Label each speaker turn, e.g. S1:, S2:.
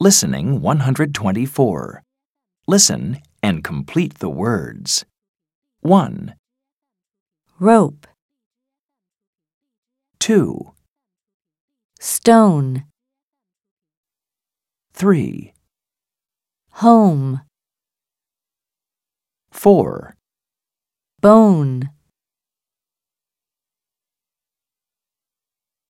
S1: Listening 124. Listen and complete the words. 1,
S2: rope,
S1: 2,
S2: stone,
S1: 3,
S2: home,
S1: 4.
S2: bone.